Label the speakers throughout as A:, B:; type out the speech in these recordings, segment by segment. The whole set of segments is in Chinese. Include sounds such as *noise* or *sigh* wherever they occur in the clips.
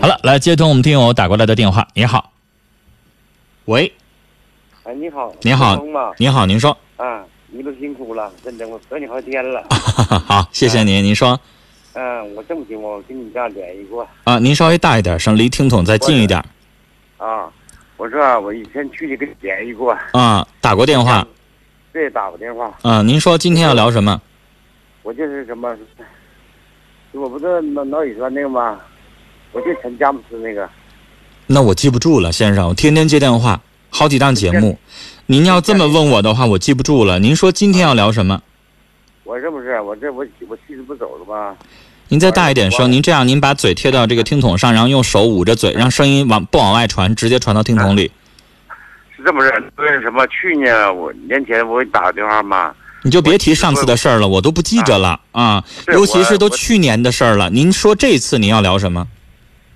A: 好了，来接通我们听友打过来的电话。你好，喂，
B: 哎，你好，
A: 你好
B: 通吗？
A: 你好，您说， *laughs*
B: 啊，你都辛苦了，真的，我等你好几天
A: 啊
B: 了。
A: 好，谢谢您，您说
B: 嗯、我这么的，我跟你家联系过
A: 啊，您稍微大一点声，离听筒再近一点
B: 啊。我说啊我以前去你跟你联系过，
A: 啊，打过电话
B: 对，打过电话。
A: 啊，您说今天要聊什么？
B: 我就是什么，我不是脑脑血栓那个吗？我就陈佳木斯那个。
A: 那我记不住了，先生，我天天接电话，好几档节目，您要这么问我的话，我记不住了。您说今天要聊什么？
B: 我这不是，我这我我气死不走了吗？
A: 您再大一点声，您这样，您把嘴贴到这个听筒上，然后用手捂着嘴，让声音往不往外传，直接传到听筒里。
B: 是这么着，就是什么？去年我年前我给你打个电话嘛，
A: 你就别提上次的事儿了，我都不记着了啊，
B: 是
A: 尤其
B: 我
A: 是都
B: 我
A: 去年的事儿了。您说这次您要聊什么？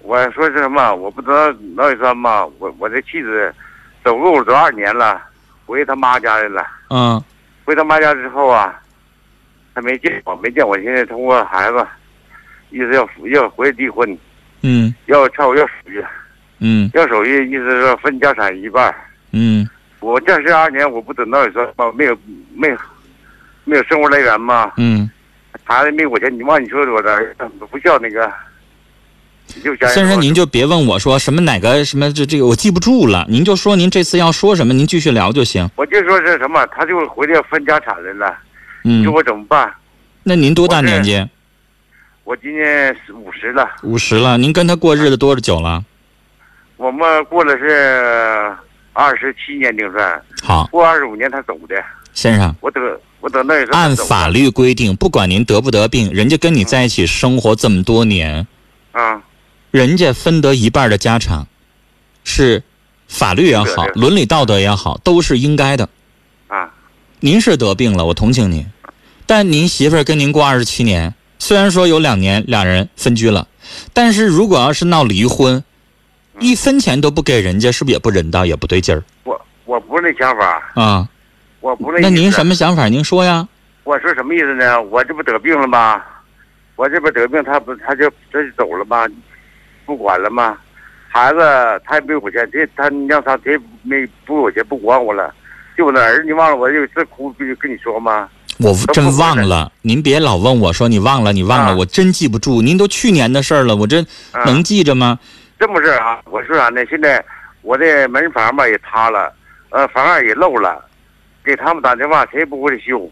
B: 我说是什么？我不知道脑血栓嘛，我我这妻子走路多少年了，回他妈家来了。
A: 嗯，
B: 回他妈家之后啊，他没见我，没见我。现在通过孩子，意思要复要回离婚，
A: 嗯
B: 要照要手续，
A: 嗯
B: 要手续，意思是分家产一半儿。
A: 嗯
B: 我这十二年我不等到你说嘛，没有没有没有生活来源嘛，
A: 嗯，
B: 孩子没我钱，你忘你说我的不孝那个，你就家
A: 先生您就别问我说什么哪个什么这这个我记不住了，您就说您这次要说什么，您继续聊就行。
B: 我就说是什么，他就回来分家产来了，你
A: 嗯
B: 说，我怎么办？
A: 那您多大
B: 我是
A: 年纪？
B: 我今年五十了。
A: 五十了，您跟他过日子多久了？
B: 我们过了是二十七年定算，
A: 好，
B: 过二十五年他走的，
A: 先生。
B: 我得我得那时候
A: 按
B: 走的
A: 法律规定，不管您得不得病，人家跟你在一起生活这么多年，
B: 啊，
A: 人家分得一半的家产，是法律也
B: 是
A: 好
B: 是，
A: 伦理道德也好，都是应该的。
B: 啊，
A: 您是得病了，我同情您，但您媳妇儿跟您过二十七年，虽然说有两年俩人分居了，但是如果要是闹离婚，一分钱都不给人家，是不是也不人道，也不对劲儿
B: 我我不是那想法，
A: 啊？
B: 我不是
A: 那
B: 意思啊
A: 您什么想法？您说呀。
B: 我说什么意思呢？我这不得病了吗？我这不得病，他不他就他就走了吗？不管了吗？孩子他也没有我钱，这他你让他谁没不有钱不管我了，就我那儿子，你忘了我有一次哭不就跟你说吗？
A: 我
B: 都
A: 真
B: 不会
A: 忘
B: 的
A: 了，您别老问我说你忘了，你忘了，
B: 啊
A: 我真记不住。您都去年的事儿了，我这
B: 啊、
A: 能记着吗？
B: 这么事儿啊，我说啥呢？现在我的门房吧也塌了，呃，房盖也漏了，给他们打电话，谁也不会修，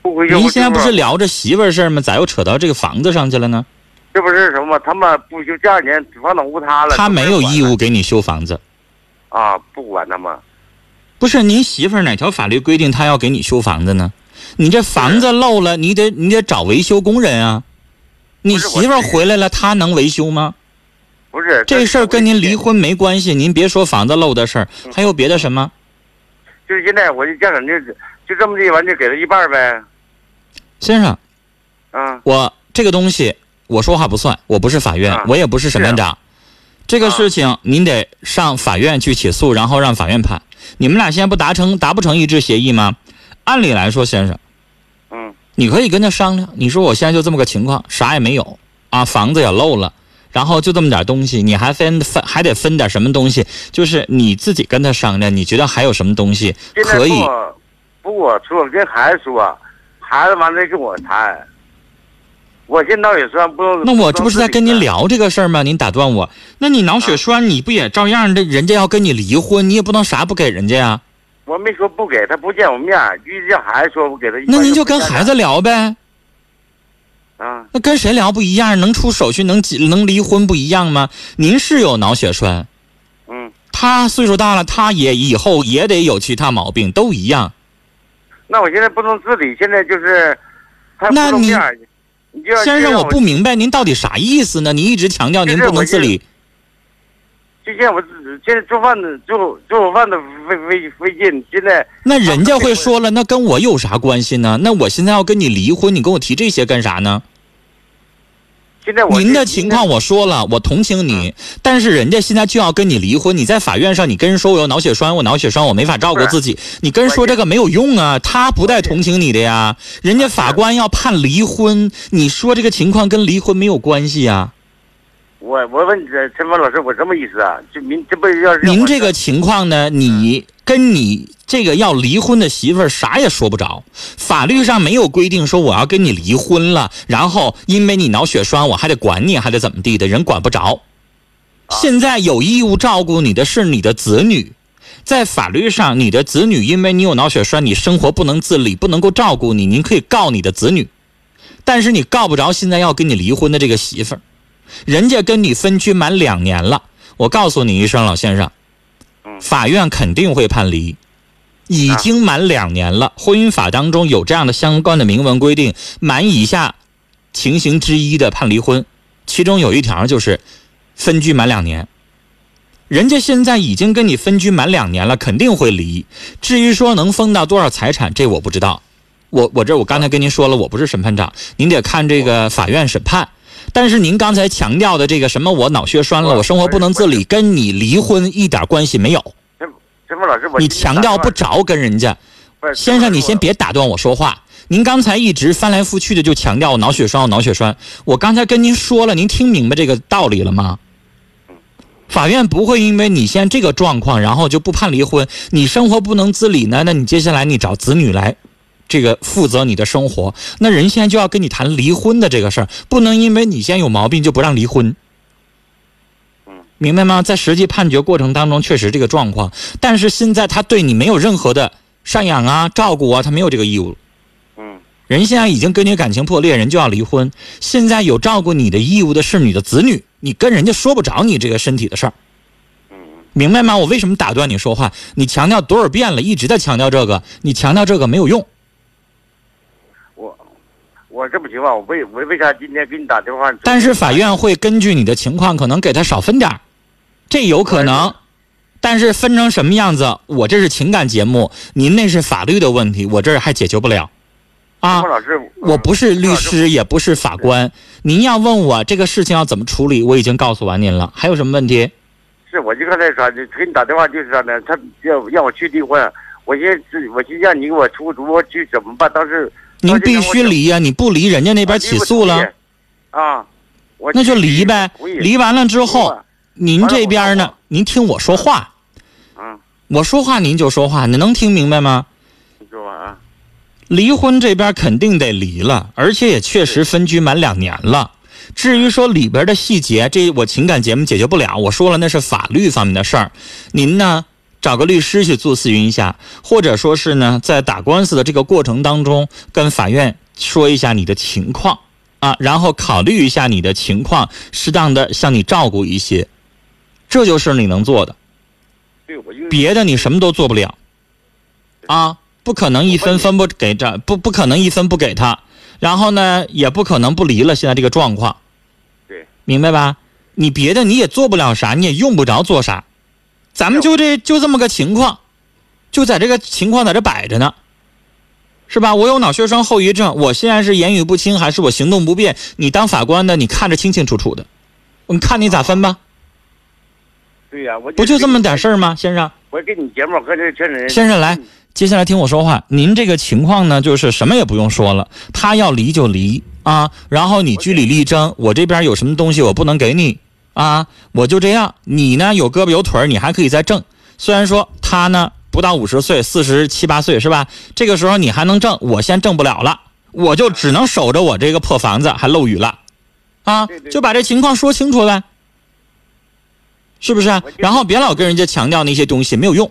B: 不会修。
A: 您现在不
B: 这
A: 是聊着媳妇儿事儿吗？咋又扯到这个房子上去了呢？
B: 这不是什么？他们不修，第二年房顶屋塌了。
A: 他没有义
B: 务
A: 务给你修房子，
B: 啊，不管他们。
A: 不是您媳妇儿哪条法律规定她要给你修房子呢？你这房子漏了，你得你得找维修工人啊。你
B: 不是我
A: 媳妇儿回来了，她能维修吗？
B: 不是
A: 这事儿跟您离，婚没关系，您别说房子漏的事儿，还有别的什么？
B: 就是现在我就家长就就这么地，完就给他一半儿呗，
A: 先生，
B: 啊
A: 我这个东西，我说话不算，我不是法院，
B: 啊
A: 我也不是审判长。这个事情您得上法院去起诉，然后让法院判。你们俩现在不达成达不成一致协议吗？按理来说，先生，
B: 嗯
A: 你可以跟他商量。你说我现在就这么个情况，啥也没有啊，房子也漏了，然后就这么点东西，你还分分还得分点什么东西？就是你自己跟他商量，你觉得还有什么东西
B: 现在
A: 可以
B: 不我不我说跟孩子说，孩子完了跟我谈。我现在也算不能。
A: 那我这不是在
B: 能自啊
A: 跟
B: 理
A: 您
B: 了
A: 聊这个事儿吗？您打断我，那你脑血栓，你不也照样的？人家要跟你离婚，你也不能啥不给人家呀、
B: 我没说不给他，不见我面，一直让孩子说我给他一半。
A: 那您就跟孩子聊呗，
B: 啊，
A: 那跟谁聊不一样？能出手续能几能离婚不一样吗？您是有脑血栓，
B: 嗯，
A: 他岁数大了，他也以后也得有其他毛病，都一样。
B: 那我现在不能自理，现在就是他
A: 那
B: 不露
A: 你
B: 面儿你就要
A: 先生，
B: 就让
A: 我
B: 我
A: 不明白您到底啥意思呢？您一直强调您不能自理，
B: 就现在我自现在做饭的做做饭的费费费劲，现在
A: 那人家会说了，那跟我有啥关系呢？那我现在要跟你离婚，你跟我提这些干啥呢？
B: 现在我
A: 您的情况我说了，我同情你，但是人家现在就要跟你离婚，你在法院上你跟人说我有脑血栓，我脑血栓我没法照顾自己，你跟人说这个没有用啊，他不带同情你的呀，人家法官要判离婚，你说这个情况跟离婚没有关系啊呀、
B: 我我问你，陈芳老师，我什么意思啊？就您这不要是
A: 您这个情况呢，你跟你这个要离婚的媳妇儿啥也说不着，法律上没有规定说我要跟你离婚了，然后因为你脑血栓我还得管你，还得怎么地的，人管不着。现在有义务照顾你的是你的子女，在法律上，你的子女因为你有脑血栓，你生活不能自理，不能够照顾你，您可以告你的子女，但是你告不着现在要跟你离婚的这个媳妇儿。人家跟你分居满两年了，我告诉你一声，老先生
B: 嗯，
A: 法院肯定会判离，已经满两年
B: 啊
A: 了。婚姻法当中有这样的相关的明文规定，满以下情形之一的判离婚，其中有一条就是分居满两年。人家现在已经跟你分居满两年了，肯定会离。至于说能分到多少财产，这我不知道。我我这我刚才跟您说了，我不是审判长，您得看这个法院审判。但是您刚才强调的这个什么我脑血栓了，
B: 我
A: 我生活不能自
B: 我
A: 理，跟你离婚一点关系没有。
B: 陈陈芳老师，我
A: 你强调不着跟人家，
B: 不是
A: 先生，你先。别打断我说话。您刚才一直翻来覆去的就强调我脑血栓，我脑血栓。我刚才跟您说了，您听明白这个道理了吗？
B: 嗯
A: 法院不会因为你现在这个状况，然后就不判离婚。你生活不能自理呢，那你接下来你找子女来，这个负责你的生活。那人现在就要跟你谈离婚的这个事儿，不能因为你现在有毛病就不让离婚
B: 嗯。
A: 明白吗？在实际判决过程当中，确实这个状况，但是现在他对你没有任何的赡养啊、照顾啊，他没有这个义务。
B: 嗯，
A: 人现在已经跟你感情破裂，人就要离婚。现在有照顾你的义务的是你的子女，你跟人家说不着你这个身体的事儿，明白吗？我为什么打断你说话？你强调多少遍了，一直在强调这个，你强调这个没有用。
B: 我我这么情况，我为我为啥今天给你打电话？
A: 但是法院会根据你的情况，可能给他少分点儿，这有可能。但是分成什么样子，我这是情感节目，您那是法律的问题，我这儿还解决不了。啊
B: 陈芳，老师，
A: 我不是律
B: 陈芳老师
A: 师，也不是法官。您要问我这个事情要怎么处理，我已经告诉完您了。还有什么问题？
B: 是，我就刚才说，就给你打电话就是啥呢？他要让我去离婚，我寻思，我寻思让你给我出主我去怎么办？当时
A: 您必须离呀、你不离，人家那边起诉了，，
B: 啊，我啊
A: 那就离呗。离完了之后，，您这边呢？您听我说话，
B: 嗯，
A: 我说话您就说话，你能听明白吗？
B: 你说啊，
A: 离婚这边肯定得离了，而且也确实分居满两年了。至于说里边的细节，这我情感节目解决不了。我说了，那是法律方面的事儿。您呢，找个律师去做咨询一下，或者说是呢，在打官司的这个过程当中，跟法院说一下你的情况啊，然后考虑一下你的情况，适当的向你照顾一些，这就是你能做的。
B: 对，我就
A: 别的你什么都做不了，啊，不可能一分分不给这，不不可能一分不给他，然后呢，也不可能不离了现在这个状况，
B: 对，
A: 明白吧？你别的你也做不了啥，你也用不着做啥，咱们就这就这么个情况，就在这个情况在这摆着呢，是吧？我有脑血栓后遗症，我现在是言语不清还是我行动不便？你当法官的，你看着清清楚楚的，你看你咋分吧？
B: 对呀，我
A: 不就这么点事
B: 儿？
A: 儿吗，先生？
B: 我给你节目和这个全人嗯
A: 先生来，接下来听我说话。您这个情况呢，就是什么也不用说了，他要离就离啊，然后你据理力争，我这边有什么东西我不能给你啊，我就这样。你呢有胳膊有腿儿，你还可以再挣。虽然说他呢不到五十岁，四十七八岁是吧？这个时候你还能挣，我先挣不了了，我就只能守着我这个破房子还漏雨了，啊
B: 对对，
A: 就把这情况说清楚呗，是不是啊
B: 我就？
A: 然后别老跟人家强调那些东西没有用。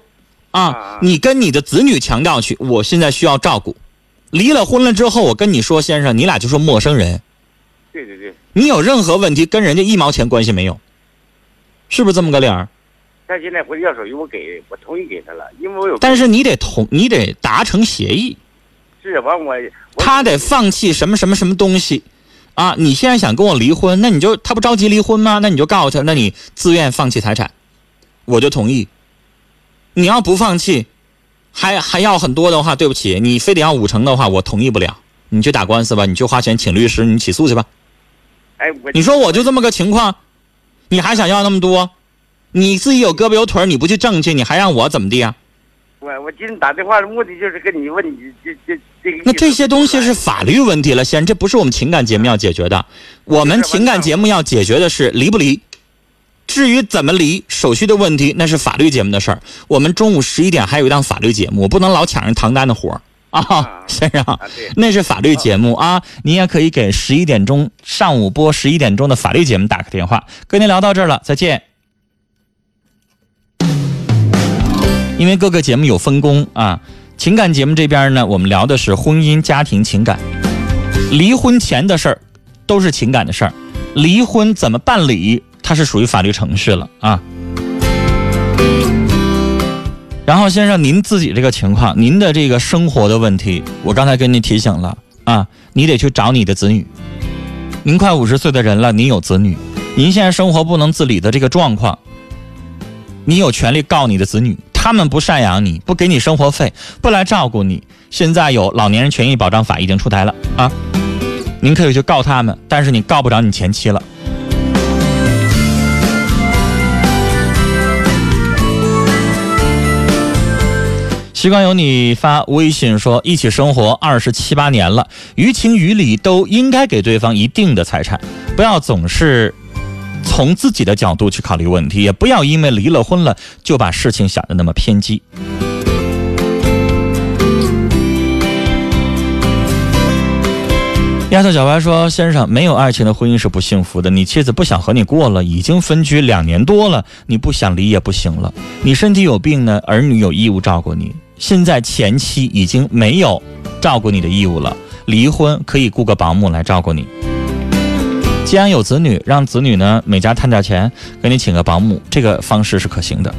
B: 啊
A: 啊，你跟你的子女强调去，我现在需要照顾。离了婚了之后，我跟你说，先生，你俩就是陌生人，
B: 对对对，
A: 你有任何问题跟人家一毛钱关系没有，是不是这么个理儿？
B: 他现在回要手机，我给我同意给他了，因为我有
A: 但是你得同，你得达成协议，
B: 是完我
A: 他得放弃什么什么什么东西，啊，你现在想跟我离婚，那你就他不着急离婚吗？那你就告诉他，那你自愿放弃财产，我就同意。你要不放弃，还还要很多的话，对不起，你非得要五成的话，我同意不了。你去打官司吧，你去花钱请律师，你起诉去吧。
B: 哎，我
A: 你说我就这么个情况，你还想要那么多？你自己有胳膊有腿儿，你不去挣去，你还让我怎么地啊？
B: 我我今天打电话的目的就是跟你问你这这这个意思。
A: 那这些东西是法律问题了，先生，这不是我们情感节目要解决的。我们情感节目要解决的是离不离。至于怎么离，手续的问题那是法律节目的事儿。我们中午十一点还有一档法律节目，我不能老抢人唐丹的活儿啊
B: 啊，
A: 先生。
B: 啊对
A: 那是法律节目啊，您也可以给十一点钟上午播十一点钟的法律节目打个电话。跟您聊到这儿了，再见。因为各个节目有分工啊，情感节目这边呢，我们聊的是婚姻、家庭、情感，离婚前的事儿都是情感的事儿，离婚怎么办理，它是属于法律程序了啊。然后先生，您自己这个情况，您的这个生活的问题，我刚才跟您提醒了啊，你得去找你的子女。您快五十岁的人了，您有子女，您现在生活不能自理的这个状况，你有权利告你的子女，他们不赡养你，不给你生活费，不来照顾你。现在有老年人权益保障法已经出台了啊，您可以去告他们，但是你告不着你前妻了。习惯有你发微信说：“一起生活二十七八年了，于情于理都应该给对方一定的财产，不要总是从自己的角度去考虑问题，也不要因为离了婚了就把事情想的那么偏激。”丫头小白说：“先生，没有爱情的婚姻是不幸福的。你妻子不想和你过了，已经分居两年多了，你不想离也不行了。你身体有病呢，儿女有义务照顾你。现在前妻已经没有照顾你的义务了，离婚可以雇个保姆来照顾你。既然有子女，让子女呢每家探点钱，给你请个保姆，这个方式是可行的。”